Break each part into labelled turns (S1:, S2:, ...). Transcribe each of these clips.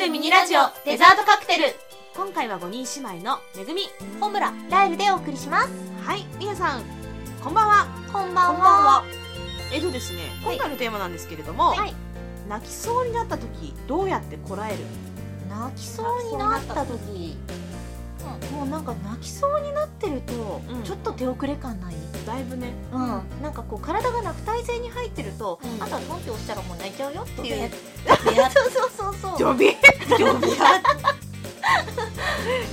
S1: ルミニラジオデザートカクテル
S2: 今回は5人姉妹のめぐみ
S1: 本村ライブでお送りします
S2: はいりなさんこんばんは
S1: こんばんは
S2: えっとですね
S1: はい
S2: 今回のテーマなんですけれども、
S1: はい
S2: 泣きそうになった時どうやってこらえる
S1: 泣きそうになった時もうなんか泣きそうになってると、
S2: うん
S1: ちょっと手遅れ感ない、
S2: だいぶね
S1: うんなんかこう体が泣く体勢に入ってると、
S2: うん
S1: あとはトンって押したらもう泣いちゃうよってい
S2: ドビ
S1: う
S2: ャ
S1: そうそうそうそう
S2: ジョビジョビ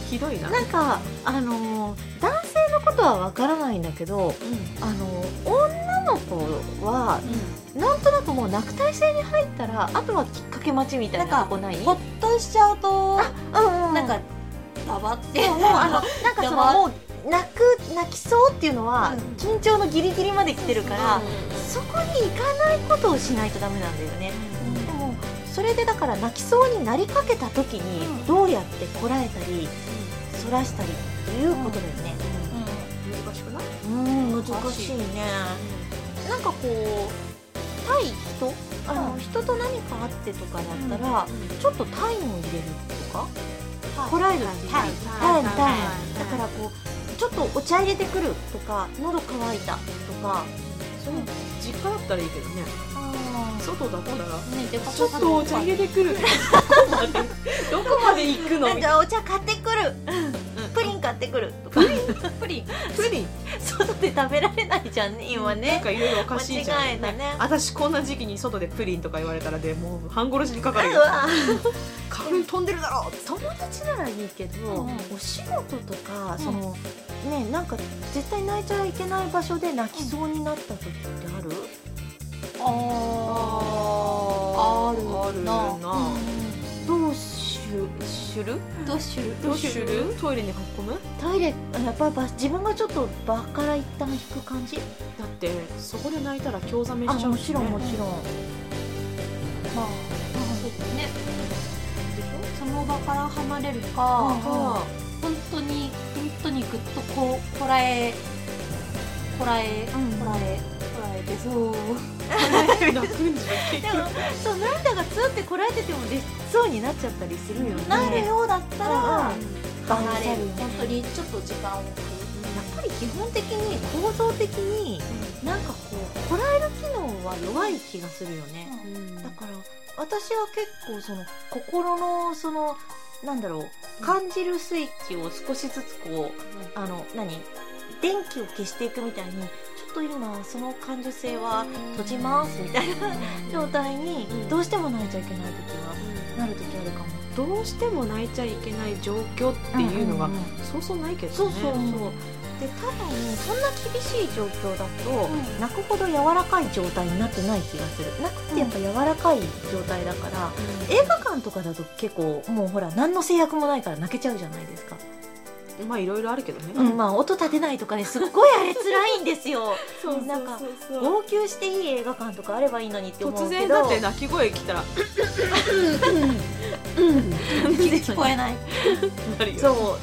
S2: ひどいな
S1: なんかあのー男性のことはわからないんだけど
S2: うん
S1: あのー女の子はなんとなくもう泣く体勢に入ったらあとはきっかけ待ちみたい
S3: なん
S1: な
S3: か
S1: とこない
S3: ほっとしちゃう
S1: うん
S3: と
S1: うん
S3: なんか黙って
S1: もうあのなんかその
S3: 黙
S1: もう泣く泣きそうっていうのは、
S3: うん
S1: 緊張のギリギリまで来てるから、そこに行かないことをしないとダメなんだよね、でもそれでだから泣きそうになりかけた時
S3: う
S1: に
S3: ん
S1: どうやってこらえたりそらしたりっていうことだよね
S2: 難しくない
S1: うん難
S3: しい
S1: ねなんかこう対人あの、
S3: うん
S1: 人と何かあってとかだったら、ちょっとタイムを入れるとか
S3: はい
S1: こらえるっていう
S3: はい
S1: はいはいだからこうちょっとお茶入れてくるとか喉乾いたとか
S2: その実家だったらいいけどね外だったらち
S3: ち
S2: ょっとお茶入れてくる どこまでどこまで行くの
S1: なんかお茶買ってくるプリン買ってくるとか
S3: プリン
S2: プリン
S1: 外で食べられないじゃんね今
S2: なん
S1: ね
S2: かいろいろおかしいじゃん
S1: 間違えたね
S2: 私こんな時期に外でプリンとか言われたらでもう半殺しにかかる
S1: う
S2: よ
S1: わ
S2: 花粉飛んでるだろう
S1: 友達ならいいけど、
S3: うん
S1: お仕事とか
S3: ん
S1: その、ねなんか絶対泣いちゃいけない場所で泣きそうになった時ってある、
S3: あー
S2: あるな
S3: な
S1: どうしゅしゅる
S3: どうする
S2: どうするトイレに運ぶだ
S1: トイレやっぱりば自分がちょっと場から一旦引く感じ
S2: ってそこで泣いたら興ざめ
S1: あ
S2: しちゃう
S1: もちろんもちろん、まあ
S3: そうだねその場から離れる
S1: う
S3: か
S1: ん
S2: あ
S3: 本当に本当にぐっとこうこらえこらえ
S1: うん
S3: こらえこらえてそう
S2: ー 泣くんじ
S1: でもそう涙がツーってこらえてても出そうになっちゃったりするよね
S3: なるようだったら
S1: うんうん離
S3: 離れる
S1: れる
S3: 本当にちょっと時間を置く
S1: やっぱり基本的に構造的になんかこうこらえる機能は弱い気がするよね、
S2: ゃん
S1: だから私は結構その心のそのなんだろう感じるスイッチを少しずつこうあの何電気を消していくみたいにちょっと今その感受性は閉じますみたいな状態に
S2: うん
S1: どうしても泣いちゃいけない時はなる時あるかも
S2: どうしても泣いちゃいけない状況っていうのが
S1: んんん
S2: そうそうないけどね
S1: そうそうそう、で多分そんな厳しい状況だと、
S3: うん
S1: 泣くほど柔らかい状態になってない気がする泣くってやっぱ柔らかい状態だから、映画館とかだと結構もうほら何の制約もないから泣けちゃうじゃないですか、
S2: まあいろいろあるけどね
S1: うんまあ音立てないとかねすっごいあれ辛いんですよ
S2: そうそうそうそう
S1: なんか号泣していい映画館とかあればいいのにって思
S2: 突
S1: うけ
S2: 然
S1: ど
S2: だって泣き声来たら
S3: 聞こえない
S2: なるよ
S1: そ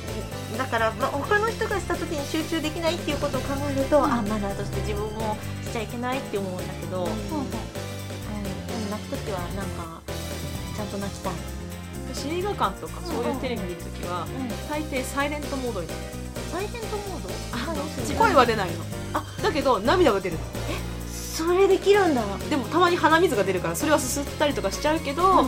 S1: うだから、まあ、他の人がした時に集中できないっていうことを考えると、
S3: うん
S1: あマナーとして自分もしちゃいけないって思うんだけど、うんでも泣く時はなんかちゃんと泣きたい、
S2: 私映画館とかそういうテレビ見るときは大抵サイレントモードになる
S1: サイレントモード
S2: あ
S1: 要するに
S2: 声は出ないの
S1: あ
S2: だけど涙が出る
S1: それできるんだ、
S2: のでもたまに鼻水が出るからそれはすすったりとかしちゃうけど、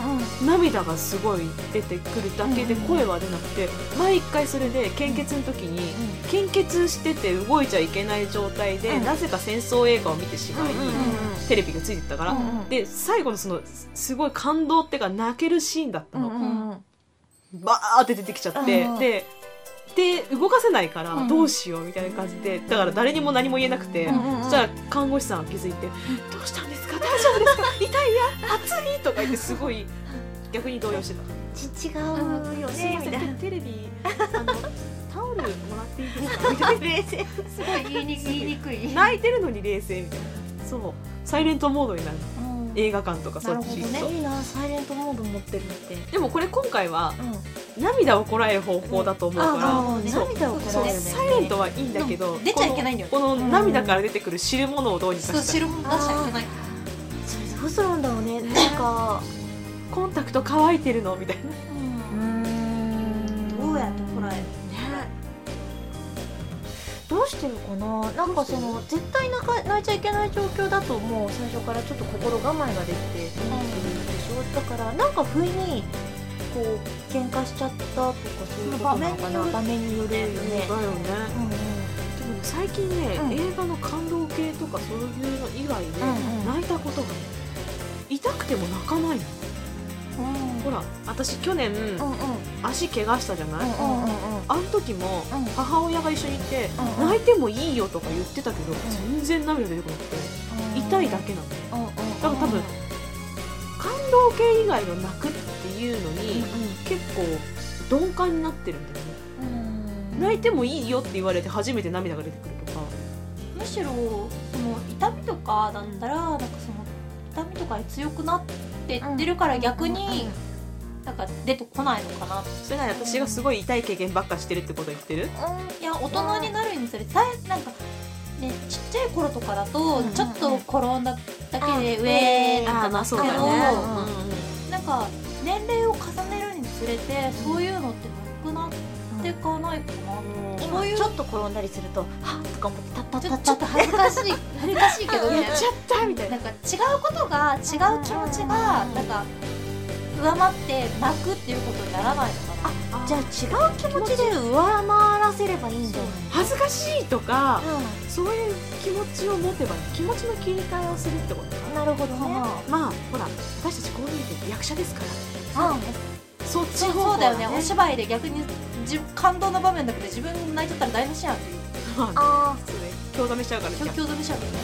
S2: 涙がすごい出てくるだけで
S1: うんうん
S2: 声は出なくて毎回それで献血の時に献血してて動いちゃいけない状態で、
S1: うん
S2: なぜか戦争映画を見てしまい、
S1: うんうんうん
S2: テレビがついてたから、
S1: うんうん
S2: で最後のそのすすごい感動ってか泣けるシーンだったの、
S1: うんうん
S2: バーって出てきちゃって、
S1: うんうん
S2: でで動かせないから
S3: うん
S2: どうしようみたいな感じで、だから誰にも何も言えなくて、
S1: うんうん
S2: そしたら看護師さんが気づいて「どうしたんですか大丈夫です か痛いや熱い!」とか言ってすごい逆に動揺してた。
S1: ち違うよ
S2: すい
S1: ね
S2: ませ
S1: みたい
S2: ん
S1: な
S2: テレビあのタオルもらっていいですかみたい
S1: 冷静
S3: すごい言いに言いにくい
S2: な泣いてるのに冷静みたいなそうサイレントモードになる
S1: うん
S2: 映画館とか
S1: な
S2: そ
S1: る
S2: っ
S1: ほ
S2: ち
S1: ど
S2: 行くと、
S1: ねいいなサイレントモード持ってるって
S2: でもこれ今回は
S1: うん
S2: 涙をこらえる方法だと思うから、
S1: ああ
S2: そう
S1: 涙をこ
S2: そう
S1: らえるね
S2: サイレントはいいんだけど
S3: うん出ちゃいけないんだよ
S2: このこの涙から出てくる汁物をどうにか
S3: そう
S2: したい
S3: 汁も出しちゃいけない
S1: それどうするんだろうねなんか
S2: 今コンタクト乾いてるのみたいな
S3: うん
S1: ん
S3: どうやってこらえる
S1: どうしてるかななんかその絶対泣か泣いちゃいけない状況だともう最初からちょっと心構えができてるでしょだからなんか不意にこう喧嘩しちゃったとかそういう
S3: 場面による
S1: 場面によるよね
S2: だよね
S1: うんうん
S2: でもね最近ね、
S1: うん
S2: 映画の感動系とかそういうの以外で、
S1: うんうん
S2: 泣いたことがね痛くても泣かないのほら私去年、
S1: うんうん
S2: 足怪我したじゃない、
S1: うんうんうんうん
S2: あの時も
S1: うん
S2: 母親が一緒にいて、
S1: うん
S2: 泣いてもいいよとか言ってたけど、全然涙出てこなくて、痛いだけなの
S1: うんうんうん
S2: だから多分感動系以外の泣くっていうのに、結構鈍感になってるんだよね、
S1: うん
S2: 泣いてもいいよって言われて初めて涙が出てくるとか
S3: むしろその痛みとかだったらなんかその痛みとかに強くなってってるから逆になんか出てこないのかな
S2: それなら私がすごい痛い経験ばっかしてるってこと言ってる
S3: いや大人になるにつれだいなんかねちっちゃい頃とかだと
S1: うん
S3: ちょっと転んだだけで
S1: あ
S3: ウェー
S1: あ
S2: ーまあ
S3: なんか泣
S2: そ
S3: く
S2: うだね
S3: けど
S1: うんうん
S3: なんか年齢を重ねるにつれてそういうのってなくなっていかないかな
S1: 今ちょっと転んだりするとはっとか思ってたった
S3: ち
S1: た
S3: ょ
S1: っ
S3: ち
S1: た
S3: ょ
S1: っ
S3: っと恥ずかしい恥ずかしいけど
S2: や
S3: ね
S2: っちゃったみたいな
S3: なんか違うことが違う気持ちが
S1: うん
S3: なんか上回って泣くっていうことにならないのかな
S2: あ
S1: じゃあ違う気持ちで上回らせればいいんじゃない
S2: 恥ずかしいとか
S1: うん
S2: そういう気持ちを持てば気持ちの切り替えをするってこと
S1: なるほどね。
S2: まあほら私たちこう見えて役者ですからそっち
S3: そう
S2: 方
S3: そう
S2: 向
S3: だ
S2: は
S3: よねお芝居で逆にじ感動の場面だけど自分泣いちゃったら台無しやんっていう
S2: まあね
S1: あ
S2: そうね興ざめしちゃうからね
S3: 強強止めしちゃうよね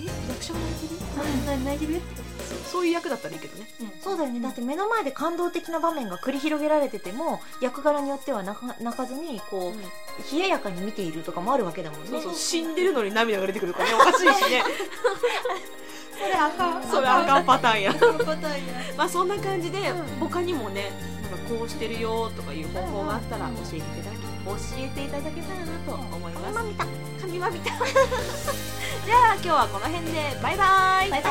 S2: え役者もやってる
S3: えな泣いてるって
S2: そうそういう役だったらいいけどね
S1: あ、そうだよね。だって目の前で感動的な場面が繰り広げられてても、役柄によっては泣か泣かずに、こう、冷ややかに見ているとかもあるわけだもんね。
S2: そうそう死んでるのに涙が出てくる からねおかしいしね
S3: それあかん
S2: それあ かんパターンや
S3: そのパターンや
S2: まあそんな感じで、
S1: うん
S2: 他にもねなんかこうしてるよとかいう方法があったら
S1: うん
S2: 教えていただき、教えていただけたらなと思います。
S1: 見た。
S2: 神まみた。 じゃあ今日はこの辺でバイバイ。
S3: バイバイ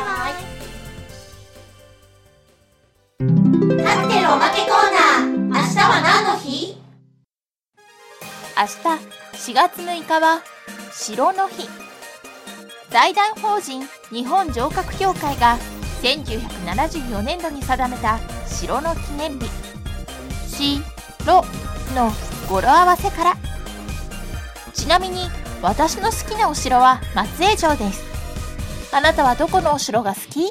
S4: カクテルおまけコーナー明日は何の日
S5: 明日4月6日は城の日財団法人日本城郭協会が1974年度に定めた城の記念日「しろ」の語呂合わせからちなみに私の好きなお城は松江城ですあなたはどこのお城が好き